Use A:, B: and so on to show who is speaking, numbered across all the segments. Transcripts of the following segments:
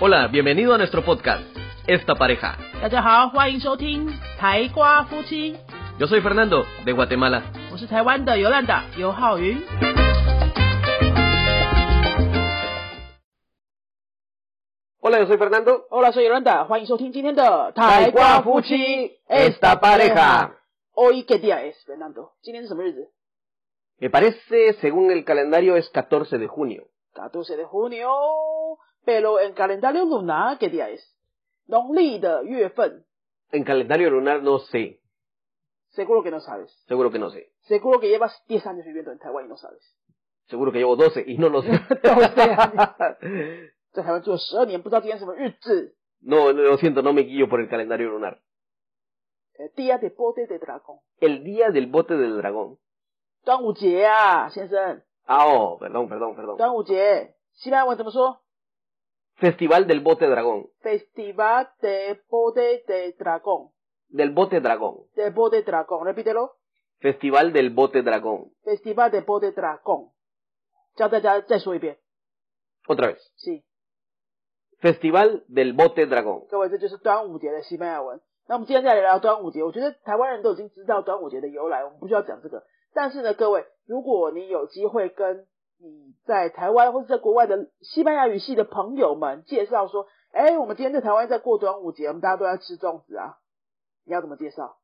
A: Hola, bienvenido a nuestro podcast, Esta Pareja.
B: 大家好，欢迎收听《台瓜夫妻》，
A: Yo soy Fernando, de Guatemala.
B: 我是台湾的尤兰达尤浩云。
A: Hola, yo soy Fernando.
B: Hola, soy Yolanda，欢迎收听今天的《
A: Esta Pareja.
B: Hoy qué día es, Fernando？今天是什么日子
A: Me parece, según el calendario, es 14 de junio.
B: ？14 de junio, pero en calendario lunar qué día es？农历的月份
A: En calendario lunar no sé,
B: ，seguro que no sabes。
A: seguro que no sé.
B: Seguro que llevas 10 años viviendo en Taiwán y no sabes。
A: Seguro que llevo 12 y no lo sé.
B: 12 años. 在台湾住了十二年，不知道今天什么日子。
A: no, no, lo siento, no me guío por el calendario lunar.
B: Eh, Día de Bote de Dragón，
A: El día del bote del dragón.
B: 端午节啊，先生，
A: Ah, oh, perdón, perdón, perdón.
B: 端午节，西班牙文怎么说？
A: Festival del bote dragón.
B: Festival de Bode de Dragón.
A: Del bote dragón.
B: De Bode Dragón. Repítelo.
A: Festival del bote dragón.
B: Festival de Bode Dragón. 教大家再说一遍。
A: Otra vez.
B: 是，
A: Festival del bote dragón.
B: 各位，这就是端午节的西班牙文。那我们今天再聊聊端午节。我觉得台湾人都已经知道端午节的由来，我们不需要讲这个。但是呢，各位，如果你有机会跟你在台湾或者在国外的西班牙语系的朋友们介绍说，哎，我们今天在台湾在过端午节，我们大家都要吃粽子啊，你要怎么介绍？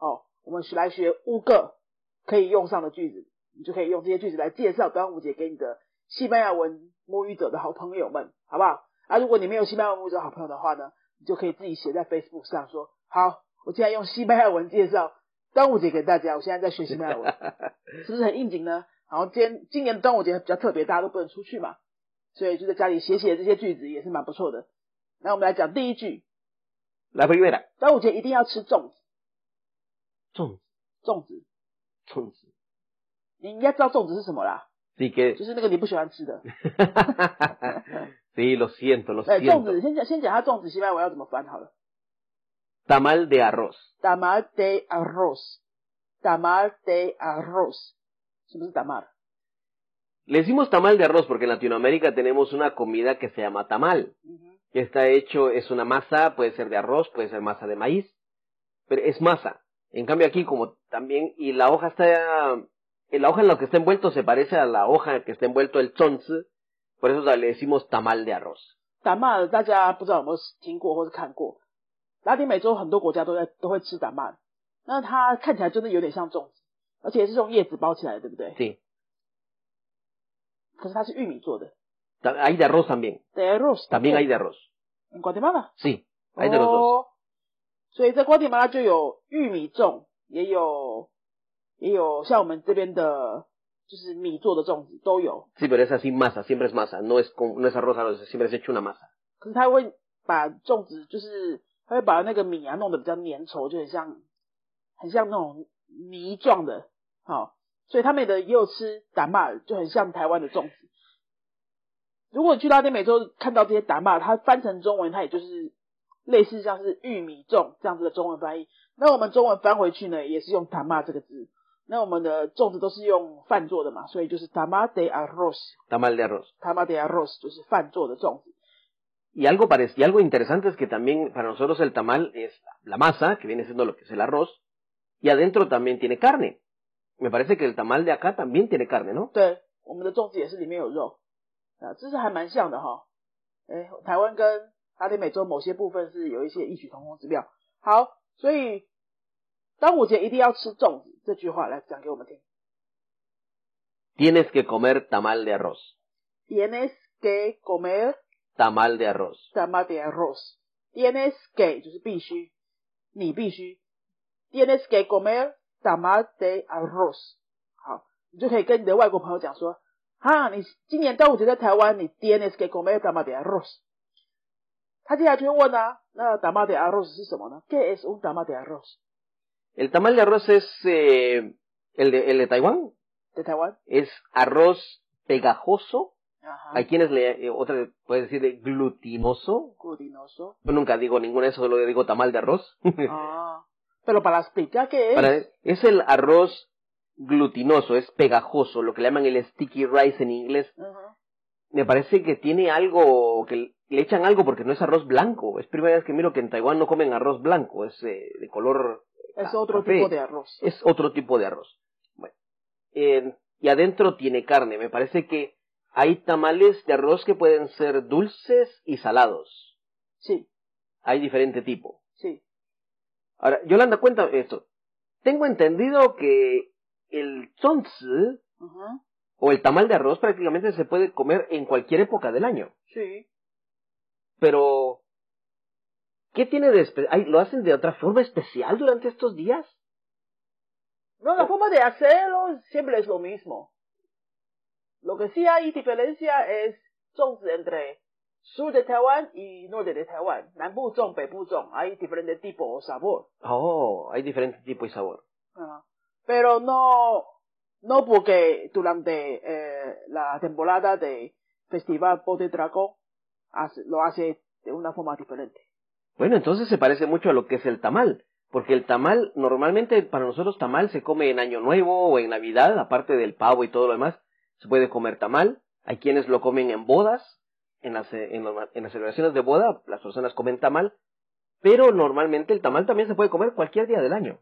B: 哦，我们来学五个可以用上的句子，你就可以用这些句子来介绍端午节给你的西班牙文母语者的好朋友们，好不好？啊，如果你没有西班牙文母语者的好朋友的话呢，你就可以自己写在 Facebook 上说，好，我现在用西班牙文介绍端午节给大家，我现在在学西班牙 文，是不是很应景呢？然后今天今年的端午节比较特别，大家都不能出去嘛，所以就在家里写写这些句子也是蛮不错的。那我们来讲第一句，
A: La primera.
B: 端午节一定要吃粽子，
A: Son,
B: 粽子，
A: son.
B: 你应该知道粽子是什么啦，
A: Así que.
B: 就是那个你不喜欢吃的。
A: sí, lo siento, lo
B: 哎，粽
A: siento.
B: 子先讲先讲它粽子西班牙文要怎么翻好了。
A: Tamal de arroz.
B: Tamal de arroz，tamal de arroz，什么是 tamal？
A: Le decimos tamal de arroz porque en Latinoamérica tenemos una comida que se llama tamal.
B: 嗯哼，
A: que Está hecho, es una masa, puede ser de arroz, puede ser masa de maíz, pero es masa. En cambio aquí como también, y la hoja está, la hoja en la que está envuelto se parece a la hoja en que está envuelto el tonzi, por eso le decimos tamal de arroz.
B: tamal 大家不知道有没有听过或是看过，拉丁美洲很多国家都在都会吃 tamal，那它看起来真的有点像粽子，而且是用叶子包起来的，对不对？
A: Sí,
B: 可是它是玉米做的。
A: Ta- hay de arroz también,
B: De arroz
A: también hay de arroz.
B: en Guatemala。
A: Sí, hay de los dos.
B: 哦。所以在瓜地马拉就有玉米粽，也有也有像我们这边的，就是米做的粽子都有。
A: Sí, pero es así masa, siempre es masa, no es, con- no es arroz, arroz, siempre es hecho una masa.
B: 可是他会把粽子，就是他会把那个米啊弄得比较粘稠，就很像很像那种泥状的。好、所以他们的也有吃达玛，就很像台湾的粽子。如果你去拉丁美洲看到这些达玛，它翻成中文，它也就是类似像是玉米粽这样子的中文翻译。那我们中文翻回去呢，也是用达玛这个字。那我们的粽子都是用饭做的嘛，所以就是 tama de arroz，tama
A: tamal de arroz.
B: de arroz 就是饭做的粽子。
A: Y algo, parec- y algo interesante es que también para nosotros el tamal es la masa, que viene siendo lo que es el arroz, y adentro también tiene carne. Me parece que el tamal de acá también tiene carne, ¿no?
B: 对，我们的粽子也是里面有肉啊，这是还蛮像的哈。哎，台湾跟拉丁美洲某些部分是有一些异曲同工之妙。好，所以端午节一定要吃粽子这句话来讲给我们听。
A: Tienes que comer tamal de arroz.
B: Tienes que comer
A: Tamal de arroz.
B: tamal de arroz. Tienes que 就是必须，你必须。Tienes que comer tamal de arroz。好，Ah, 你就可以跟你的外国朋友讲说，哈，你今年端午节在台湾，你 tienes que comer tamal de arroz。他接下来就会问啊，那 tamal de arroz 是什么呢？¿Qué es un tamal de arroz
A: El tamal de arroz es eh, el, de, el de Taiwán.
B: de 台湾？
A: Es arroz pegajoso.
B: 啊哈，
A: Hay quienes le, eh, otra puede decir de glutinoso.
B: 固定的说
A: Yo nunca digo ninguno de eso, solo digo tamal de arroz.
B: Ah, 啊，pero para explicar qué es
A: Para- es el arroz glutinoso, es pegajoso, lo que le llaman el sticky rice en inglés.
B: 嗯哼
A: me parece que tiene algo, que le echan algo porque no es arroz blanco. Es primera vez que miro que en Taiwán no comen arroz blanco, es eh, de color...
B: Es
A: ah,
B: otro
A: café.
B: tipo de arroz.
A: Es otro tipo de arroz. Bueno, eh, y adentro tiene carne. Me parece que hay tamales de arroz que pueden ser dulces y salados.
B: Sí,
A: Hay diferente tipo.
B: sí.
A: Ahora, Yolanda, cuenta esto. Tengo entendido que el zonzi
B: Ajá.
A: o el tamal de arroz prácticamente se puede comer en cualquier época del año.
B: Sí.
A: Pero, ¿qué tiene de especial? ¿Lo hacen de otra forma especial durante estos días?
B: No, la forma de hacerlo siempre es lo mismo. Lo que sí hay diferencia es zongzi entre sur de Taiwán y norte de Taiwán.南部 zong, 北部 zong. Hay diferente tipo o sabor.
A: Oh, hay diferente tipo y sabor.
B: Ah, Pero no, no porque durante eh, la temporada de Festival Bote Dragón hace- lo hace de una forma diferente.
A: Bueno, entonces se parece mucho a lo que es el tamal. Porque el tamal, normalmente para nosotros tamal se come en Año Nuevo o en Navidad, aparte del pavo y todo lo demás. Se puede comer tamal. Hay quienes lo comen en bodas, en las, eh, en los- en las celebraciones de boda, las personas comen tamal. Pero normalmente el tamal también se puede comer cualquier día del año.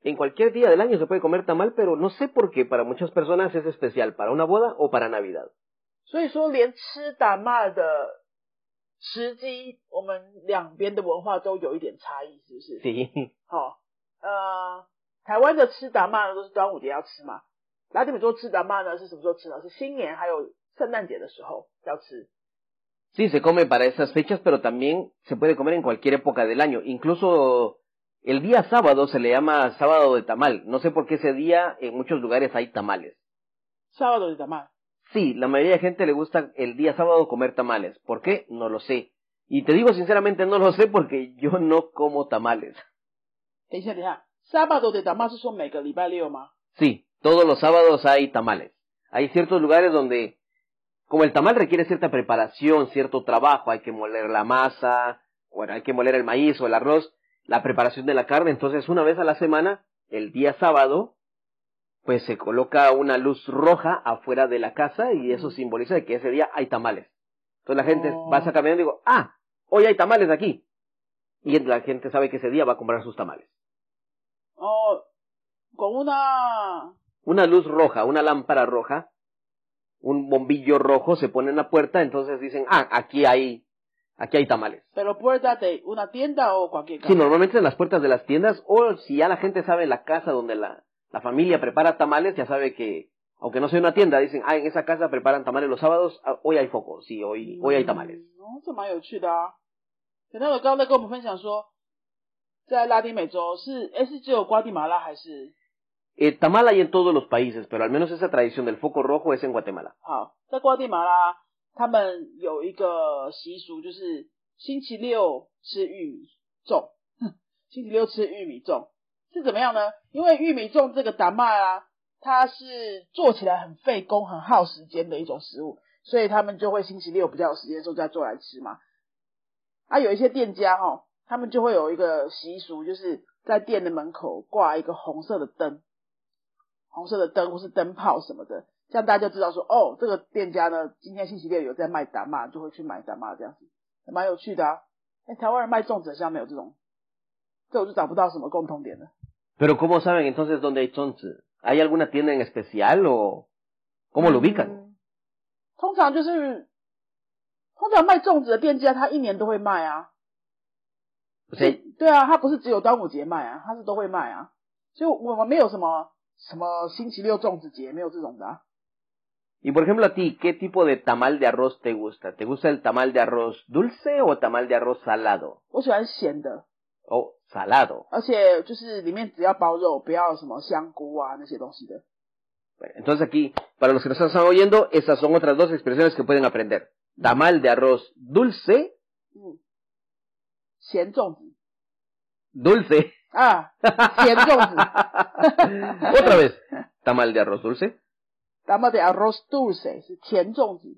A: En cualquier día del año se puede comer tamal, pero no sé por qué para muchas personas es especial, para una boda o para Navidad.
B: 所以说，连吃打骂的时机，我们两边的文化都有一点差异，是不是？
A: Sí.
B: 好、呃，台湾的吃打骂呢都是端午节要吃嘛，拉丁美洲吃打骂呢是什么时候吃呢？是新年还有圣诞节的时候要吃。
A: Sí, se come para esas fechas, pero también se puede comer en cualquier época del año. Incluso el día sábado se le llama sábado de tamal. No sé por qué ese día en muchos lugares hay tamales.
B: sábado de 打骂
A: Sí, la mayoría de gente le gusta el día sábado comer tamales. ¿Por qué? No lo sé. Y te digo sinceramente, no lo sé porque yo no como tamales.
B: 等一下，等一下，sábado de 打骂是说每个礼拜六吗？
A: Sí, todos los sábados hay tamales. Hay ciertos lugares donde, como el tamal requiere cierta preparación, cierto trabajo, hay que moler la masa, bueno, hay que moler el maíz o el arroz, la preparación de la carne. Entonces, una vez a la semana, el día sábado, pues se coloca una luz roja afuera de la casa y eso
B: Ujú.
A: simboliza de que ese día hay tamales. Entonces la gente
B: Oh.
A: pasa caminando y digo, ah, hoy hay tamales aquí. Y la gente sabe que ese día va a comprar sus tamales.
B: 哦，con una
A: una luz roja, una lámpara roja, un bombillo rojo se pone en la puerta, entonces dicen, ah, aquí hay, aquí hay tamales.
B: pero puerta de una tienda o cualquier
A: Sí,
B: cosa.
A: normalmente en las puertas de las tiendas, o si ya la gente sabe la casa donde la, la familia prepara tamales, ya sabe que, aunque no sea una tienda, dicen, ah, en esa casa preparan tamales los sábados, ah, hoy hay foco, sí, hoy, hoy hay tamales.
B: 嗯哦，这蛮有趣的啊。等到我刚刚在跟我们分享说，在拉丁美洲是，哎，是只有瓜地马拉还是？
A: Eh, tamal hay en todos los países, pero al menos esa tradición del foco rojo es en Guatemala.
B: 好，在瓜地马拉，他们有一个习俗，就是星期六吃玉米粽， 星期六吃玉米粽是怎么样呢？因为玉米粽这个达麦啊，它是做起来很费工、很耗时间的一种食物，所以他们就会星期六比较有时间的时候再做来吃嘛。啊，有一些店家哈、哦，他们就会有一个习俗，就是在店的门口挂一个红色的灯，红色的灯或是灯泡什么的，这样大家就知道说，哦，这个店家呢，今天星期六有在卖达玛，就会去买达玛这样子，蛮有趣的啊。哎、台湾人卖粽子好像没有这种，这我就找不到什么共同点了。
A: Pero ¿cómo saben entonces dónde hay tonce? ¿Hay alguna tienda en especial o cómo lo ubican?
B: 嗯通常就是，通常卖粽子的店家，他一年都会卖啊。
A: O sea,
B: 对啊，他不是只有端午节卖啊，他是都会卖啊。所以我们没有什么什么星期六粽子节，没有这种的、啊。
A: Y por ejemplo a ti, ¿qué tipo de tamal de arroz te gusta? ¿Te gusta el tamal de arroz dulce o tamal de arroz salado?
B: 我喜欢咸的，
A: O salado.
B: 而且就是里面只要包肉，不要什么香菇啊那些东西的。
A: Bueno, entonces aquí, para los que nos están oyendo, esas son otras dos expresiones que pueden aprender. Tamal de arroz dulce,
B: 嗯，咸粽子
A: dulce.
B: 啊，咸粽子。
A: Otra vez, tamal de arroz dulce,
B: Dama de arroz dulce 是甜粽子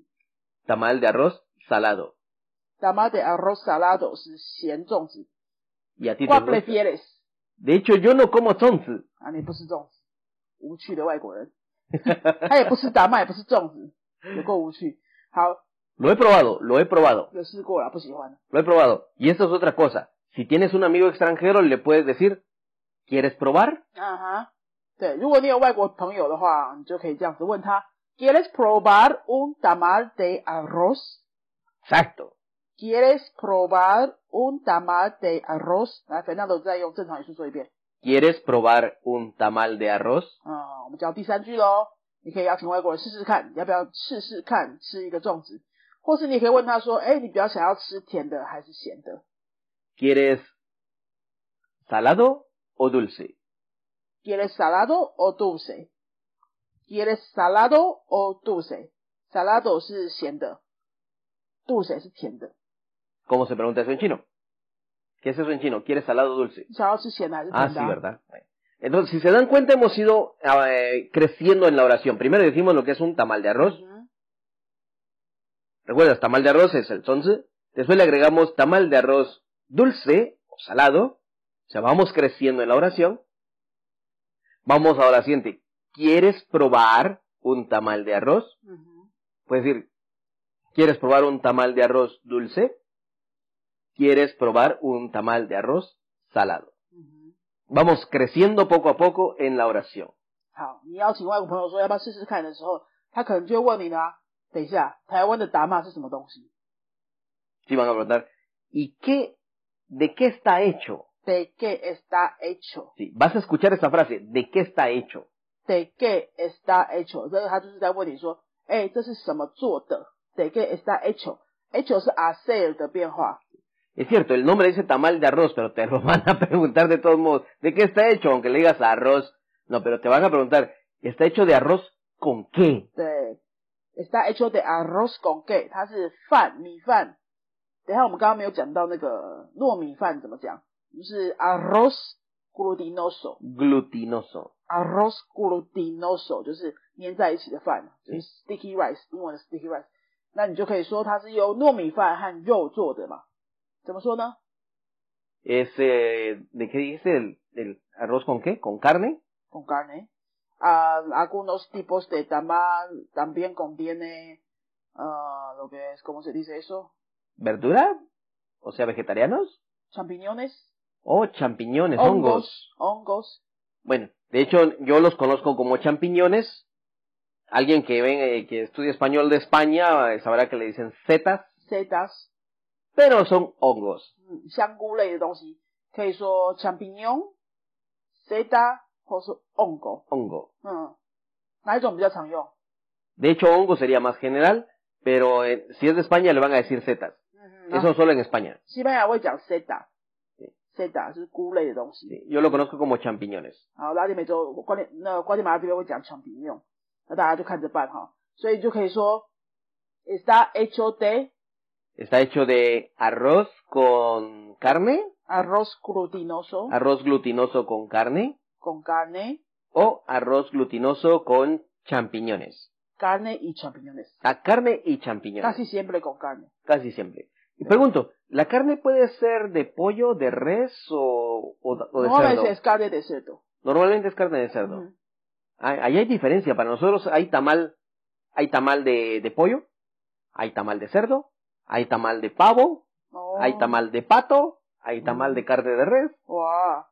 A: tamal de arroz salado.
B: ，Dama de arroz salado 是咸粽子。
A: Y a ti te
B: ¿Cuál
A: gusta.
B: prefieres？
A: De hecho, yo no como tonce.
B: 啊，你不吃粽子，无趣的外国人。他也不吃达麦，也不吃粽子。有够无趣。好，
A: Lo he probado, lo he probado,
B: 有试过了，不喜欢。
A: lo he probado. Y esto es otra cosa. Si tienes un amigo extranjero, le puedes decir, ¿quieres probar?
B: 啊哈，对，如果你有外国朋友的话，你就可以这样子问他：Quieres probar un tamal de arroz？
A: Exacto.
B: ¿Quieres probar un tamal de arroz？来，Fernando 再用正常语速说一遍。
A: ¿Quieres probar un tamal de arroz?
B: 啊、我们讲第三句喽。你可以邀请外国人试试看，你要不要试试看吃一个粽子？或是你可以问他说：“哎，你比较想要吃甜的还是咸的
A: ¿Quieres salado o dulce?
B: ？”¿Quieres salado o dulce？¿Quieres salado o dulce？Salado 是咸的，dulce 是甜的。
A: ¿Cómo se pregunta eso en chino? ¿Qué es eso en chino? ¿Quieres salado o dulce?
B: 你想要吃咸的还是
A: Ah,
B: 甜
A: sí,
B: 的啊、
A: ¿verdad? Entonces, si se dan cuenta, hemos ido eh, creciendo en la oración. Primero decimos lo que es un tamal de arroz.
B: 嗯
A: ¿Recuerdas? Tamal de arroz es el tonce. Después le agregamos tamal de arroz dulce o salado. O sea, vamos creciendo en la oración. Vamos ahora al siguiente. ¿Quieres probar un tamal de arroz?
B: 嗯哼
A: Puedes decir, ¿quieres probar un tamal de arroz dulce? ¿Quieres probar un tamal de arroz salado?
B: 嗯哼，
A: Vamos creciendo poco a poco en la oración.
B: 好，你邀请外国朋友说要不要试试看的时候，他可能就会问你呢，等一下，台湾的达玛是什么东西
A: Sí, van a preguntar, ¿y qué, de qué está hecho?
B: ？¿De qué está hecho？
A: Sí, vas a escuchar esa frase, ¿de qué está hecho?
B: de que está hecho，这个他就是在问你说，哎、这是什么做的？de que está hecho，hecho 是 a ser 的变化，
A: Es cierto, el nombre dice tamal de arroz, pero te lo van a preguntar de todos modos, ¿de qué está hecho? Aunque le digas arroz, no, pero te van a preguntar, ¿está hecho de arroz con qué?
B: 对，está hecho de arroz con que，它是饭米饭。等一下我们刚刚没有讲到那个糯米饭怎么讲，就是 arroz glutinoso，arroz
A: Glutinoso.
B: glutinoso 就是粘在一起的饭，就是 sticky rice，英文的 sticky rice。那你就可以说它是由糯米饭和肉做的嘛？怎么说呢？
A: es eh, de qué dice el, el arroz con qué con carne
B: con carne. Ah, algunos tipos de tamal también contiene ah, lo que es, ¿cómo se dice eso?
A: verdura o sea vegetarianos
B: Champiñones,
A: o champiñones hongos.
B: hongos, hongos.
A: bueno de hecho yo los conozco como champiñones alguien que ven eh, que estudia español de España eh, sabrá que le dicen setas
B: setas,
A: pero son hongos
B: 嗯香菇类的东西，可以说 champignon、seta 或是 hongo。
A: hongo
B: 嗯，哪一种比较常用？
A: de hecho hongo sería más general pero eh, si es de España le van a decir setas
B: 嗯嗯，
A: eso solo en España
B: 西班牙会讲 seta
A: 对。
B: seta 是菇类的东西。
A: Sí, yo lo conozco como champiñones
B: 好，拉丁美洲瓜地那瓜地马拉这边会讲抢平用，那大家就看着办哈。所以就可以说，está hecho de
A: está hecho de arroz con carne
B: arroz glutinoso
A: arroz glutinoso con carne
B: con carne,
A: o arroz glutinoso con champiñones.
B: carne y champiñones.
A: La carne y champiñones,
B: Casi siempre con carne.
A: casi siempre. Y pregunto, ¿la carne puede ser de pollo, de res o, o- o de
B: No
A: cerdo?
B: es carne de cerdo.
A: Normalmente es carne de cerdo.
B: Ujú.
A: Ah, Ahí hay diferencia. Para nosotros hay tamal, hay tamal de, de pollo, hay tamal de cerdo, hay tamal de pavo,
B: Oh, Mm.
A: hay tamal de pato, hay tamal de carne de res.
B: 哇，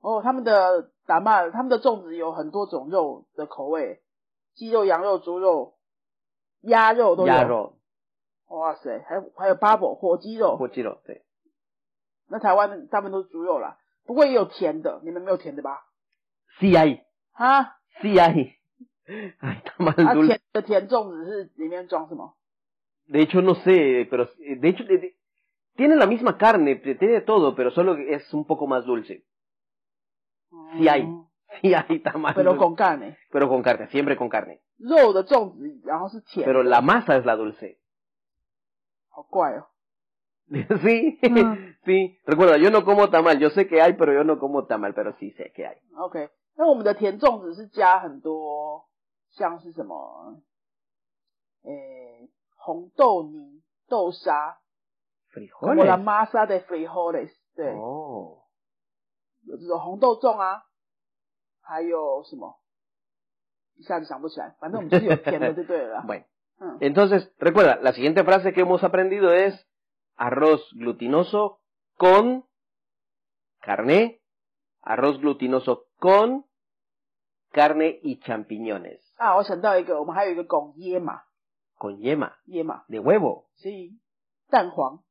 B: 哦，他们的打骂，他们的粽子有很多种肉的口味，鸡肉、羊肉、猪肉、鸭肉都有。
A: Yarro,
B: 哇塞，还有还有 bubble 火鸡肉。
A: cochiro, sí.
B: 那台湾大部分都是猪肉啦，不过也有甜的，你们没有甜的吧？
A: Sí hay,
B: 哈，
A: sí hay. Hay tamal
B: 啊
A: dulce.
B: 甜的甜粽子是里面装什么？
A: De hecho, no sé, pero eh, de hecho, de- de- tiene la misma carne, t- tiene todo, pero solo que es un poco más dulce.
B: 嗯
A: Sí hay. Sí, ahí está más
B: pero
A: dulce.
B: con carne，
A: pero con carne, siempre con carne.
B: 欸肉的粽子，然后是甜的，
A: Pero la masa es la dulce.
B: 好怪哦。
A: sí,
B: Mm.
A: sí. Recuerda, yo no como tamal, yo sé que hay, pero yo no como tamal, pero sí sé que hay.
B: OK，那我们的甜粽子是加很多，像是什么，诶、红豆泥、豆沙，我的
A: Frijoles.
B: masa de frijoles，对，
A: Oh.
B: 有这种红豆粽啊，还有什么？一下子想不起来，反正我们就是有甜的就对了啦。
A: Bueno,
B: 嗯
A: Entonces, recuerda, la siguiente frase que hemos aprendido es arroz glutinoso con carne, arroz glutinoso con carne y champiñones,
B: 啊，我想到一个，我们还有一个拱椰嘛，
A: con yema,
B: 椰嘛，
A: de huevo,
B: 所以蛋黄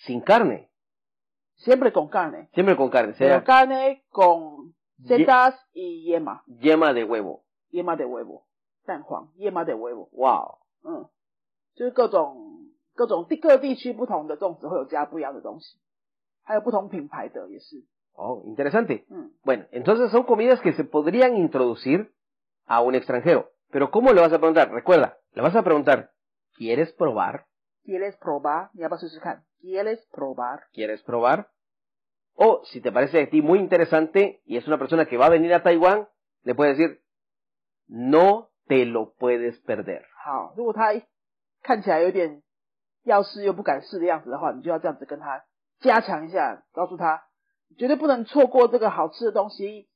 A: sin carne,
B: siempre con carne，
A: siempre con carne,
B: pero
A: sea
B: carne con
A: ye-
B: setas y yema,
A: yema de huevo.
B: yema de huevo，蛋黄 yema de huevo，
A: Wow.
B: 嗯，就是各种各种地各地区不同的粽子会有加不一样的东西，还有不同品牌的也是，
A: Oh, interesante.
B: 嗯，
A: Bueno, entonces son comidas que se podrían introducir a un extranjero. Pero ¿cómo le vas a preguntar? Recuerda, le vas a preguntar, ¿quieres probar?
B: quieres probar，你要不要试试看？quieres probar，
A: ¿Quieres probar? O si te parece a ti muy interesante y es una persona que va a venir a Taiwán, le puedes decir, no te lo puedes perder.
B: 好，如果他看起来有点要试又不敢试的样子的话，你就要这样子跟他加强一下，告诉他绝对不能错过这个好吃的东西。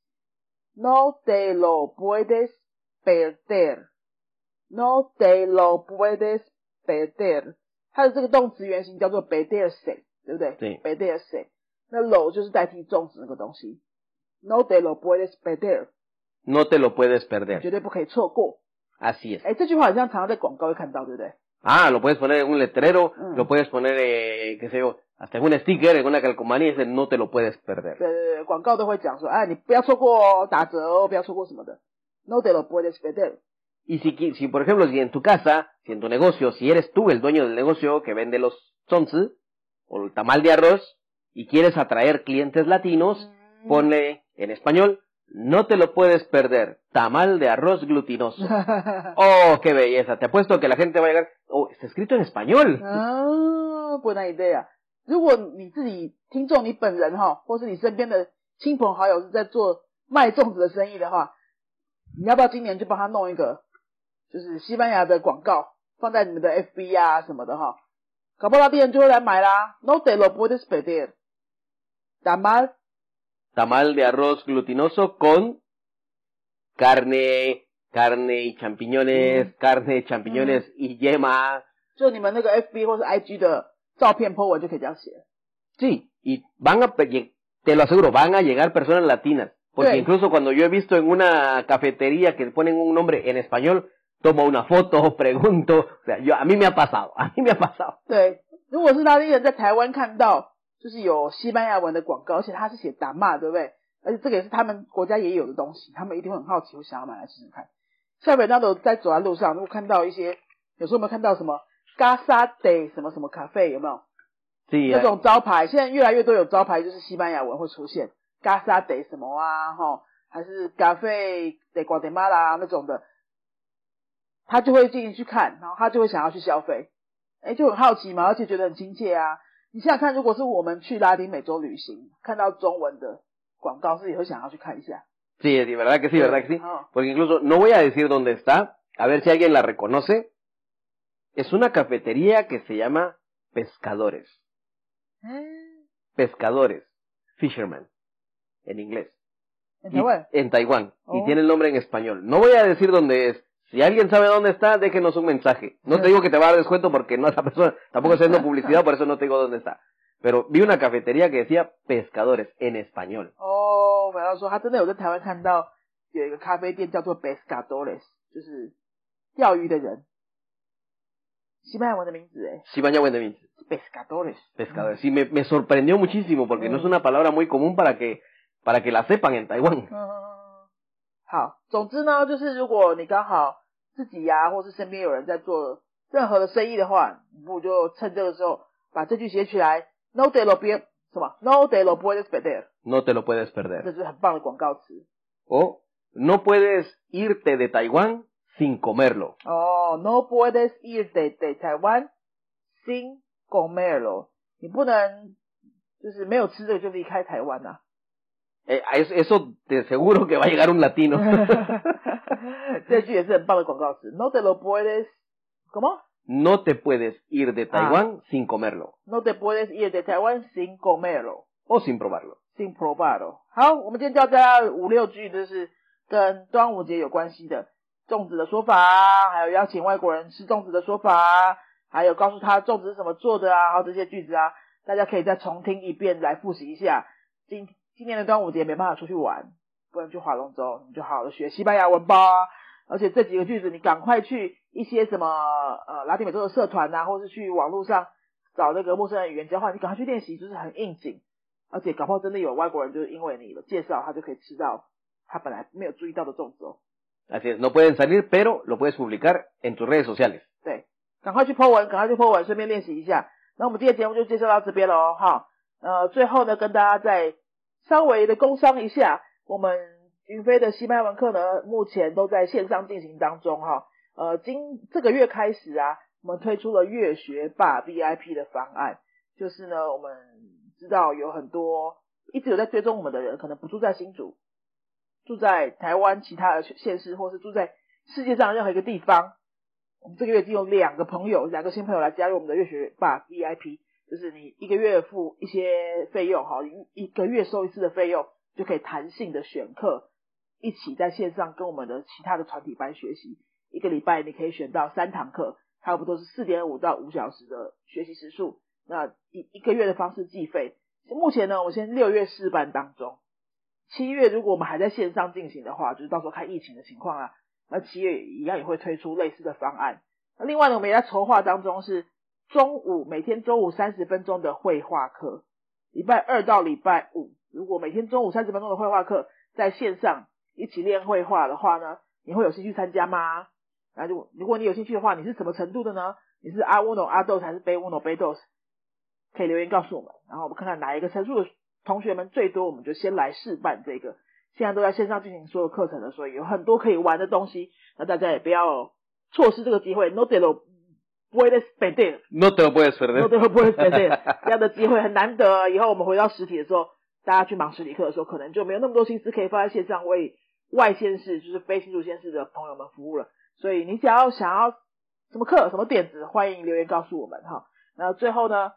B: No te lo puedes perder. No te lo puedes perder. 它的这个动词原型叫做 perderse，对不对？
A: 对
B: perderse。那 lo 就是代替粽子那个东西。No te lo puedes perder，
A: No te lo puedes
B: 绝
A: perder.
B: 对不可以错过。
A: Así es.
B: 哎，这句话好像常常在广告会看到，对不对？
A: Ah, lo puedes poner en un letrero,
B: Mm.
A: lo puedes poner, eh, qué sé yo, hasta en un sticker, en una calcomanía, y dice, no te lo puedes perder.
B: 对对对，广告都会讲说，哎，你不要错过哦打折哦，不要错过什么的。No te lo puedes perder。
A: Y si, qui- si, por ejemplo, si en tu casa, si en tu negocio, si eres tú el dueño del negocio que vende los zonzi o el tamal de arroz y quieres atraer clientes latinos, ponle en español, no te lo puedes perder, tamal de arroz glutinoso. Oh, qué belleza, te apuesto que la gente va a llegar, oh, está escrito en español.
B: Ah. 啊，不难 idea。如果你自己听众你本人哈，或是你身边的亲朋好友是在做卖粽子的生意的话，你要不要今年就帮他弄一个，就是西班牙的广告放在你们的 FB 啊什么的哈，搞不好别人就会来买啦。No te lo puedes perder。打吗？
A: Tamal de arroz glutinoso con carne, carne y champiñones, carne, champiñones y yema.
B: 就你们那个 FB 或是 IG 的照片 po 文就可以这样写。
A: Sí, y van a, pe- lle- te lo aseguro, van a llegar personas latinas. Porque
B: Sí.
A: incluso cuando yo he visto en una cafetería que ponen un nombre en español, tomo una foto, pregunto. O sea, yo, a mí me ha pasado, a mí me ha pasado.
B: 对，如果是拉丁人在台湾看到，就是有西班牙文的广告，而且他是写打骂，对不对？而且这个也是他们国家也有的东西，他们一定会很好奇，会想要买来试试看。像 Fernando 在走在路上，如果看到一些，有时候我们看到什么 Gasa Day 什么什么咖啡，有没有
A: Sí, eh,
B: 那种招牌？现在越来越多有招牌，就是西班牙文会出现 Gasa Day 什么啊，哈，还是咖啡 de Guatemala 那种的，他就会进行去看，然后他就会想要去消费，哎，就很好奇嘛，而且觉得很亲切啊。你想想看，如果是我们去拉丁美洲旅行，看到中文的广告，是也会想要去看一下。
A: sí, sí, verdad que sí, verdad que sí.
B: 哦
A: Porque incluso no voy a decir dónde está, a ver si alguien la reconoce. Es una cafetería que se llama Pescadores.
B: 嗯，
A: Pescadores. Fisherman. En inglés.
B: 你
A: y-
B: 才问，
A: en Taiwán.
B: Oh.
A: Y tiene el nombre en español. No voy a decir dónde es. Si alguien sabe dónde está, déjenos un mensaje. No te digo que te va a dar descuento porque no es la persona. Tampoco estoy haciendo publicidad, por eso no te digo dónde está. Pero vi una cafetería que decía pescadores en español.
B: 哦，我要说他真的有在台湾看到有一个咖啡店叫做 Pescadores，就是钓鱼的人，西班牙文的名字哎
A: Sí, baña buen de mí.
B: ，Pescadores，
A: Pescadores. Sí, me, me sorprendió muchísimo porque no es una palabra muy común para que, para que la sepan en Taiwán.
B: 嗯，好，总之呢，就是如果你刚好自己呀、或是身边有人在做任何的生意的话，不如就趁这个时候把这句写起来，No de lo bien 什么，No de lo puedes perder，
A: No te lo puedes
B: 这
A: perder.
B: 是很棒的广告词
A: O no puedes irte de Taiwán sin comerlo.
B: 哦，No puedes ir de de Taiwan sin comerlo，你不能就是没有吃这个就离开台湾啊呐、
A: Eh, a es- eso te seguro que va a llegar un latino.
B: 这句也是很棒的广告词，No de lo puedes 什么？
A: no te puedes ir de Taiwán sin comerlo
B: No te puedes ir de Taiwan sin comerlo,
A: o sin probarlo.
B: sin probarlo。好，我们今天教大家五六句，就是跟端午节有关系的。粽子的说法啊，还有邀请外国人吃粽子的说法啊，还有告诉他粽子是怎么做的啊，还有这些句子啊，大家可以再重听一遍来复习一下。今今年的端午节没办法出去玩，不能去划龙舟，你就好好的学西班牙文吧、啊。而且这几个句子，你赶快去一些什么呃拉丁美洲的社团呐、啊，或是去网络上找那个陌生人语言交换，你赶快去练习，就是很应景。而且搞不好真的有外国人就是因为你的介绍，他就可以吃到他本来没有注意到的粽子哦。
A: Así es, no pueden salir, pero lo puedes publicar en tus redes sociales.
B: 对，赶快去 po 文，赶快去 po 文，顺便练习一下。那我们今天节目就介绍到这边喽，哈。呃，最后呢，跟大家再稍微的工商一下，我们云飞的西班牙文课呢，目前都在线上进行当中，哈。呃，今这个月开始啊，我们推出了月学霸 VIP 的方案，就是呢，我们知道有很多一直有在追踪我们的人，可能不住在新竹。住在台湾其他的县市，或是住在世界上任何一个地方，我们这个月已经有两个朋友，两个新朋友来加入我们的月学霸 VIP，就是你一个月付一些费用，哈，一个月收一次的费用，就可以弹性的选课，一起在线上跟我们的其他的团体班学习。一个礼拜你可以选到三堂课，差不多是四点五到五小时的学习时数。那一一个月的方式计费，目前呢，我现在六月试办当中。七月如果我们还在线上进行的话，就是到时候看疫情的情况啊。那七月一样也会推出类似的方案。那另外呢，我们也在筹划当中是中午每天中午三十分钟的绘画课，礼拜二到礼拜五，如果每天中午三十分钟的绘画课在线上一起练绘画的话呢，你会有兴趣参加吗？那如如果你有兴趣的话，你是什么程度的呢？你是阿乌诺阿豆还是贝乌诺贝豆？可以留言告诉我们，然后我们看看哪一个程度的。同学们最多我们就先来试办这个，现在都在线上进行所有课程的，所以有很多可以玩的东西，那大家也不要错失这个机会。No te lo puedes perder,
A: No te lo puedes
B: no
A: perder.
B: te lo puedes perder，这样的机会很难得。以后我们回到实体的时候，大家去忙实体课的时候，可能就没有那么多心思可以放在线上为外县市，就是非新竹县市的朋友们服务了。所以你只要想要什么课、什么点子，欢迎留言告诉我们哈。那最后呢，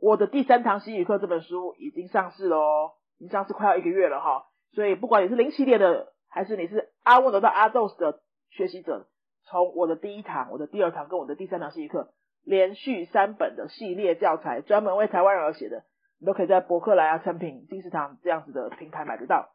B: 我的第三堂西语课这本书已经上市了哦，已经上市快要一个月了哈。所以不管你是零起点的，还是你是阿温罗到阿豆斯的学习者，从我的第一堂、我的第二堂跟我的第三堂西语课，连续三本的系列教材，专门为台湾人而写的，你都可以在博客来啊、成品、金石堂这样子的平台买得到。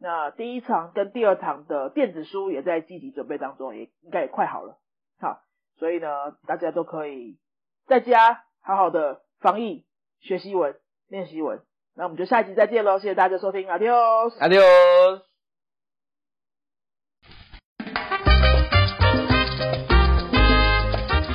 B: 那第一堂跟第二堂的电子书也在积极准备当中，也应该也快好了。好，所以呢，大家都可以在家好好的防疫、学习文、练习文。那我们就下一集再见喽，谢谢大家收听，Adios。
A: Adiós. Si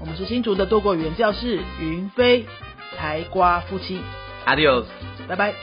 B: 我们是新竹的多国语言教室云飞台瓜夫妻，
A: Adiós.
B: 拜拜。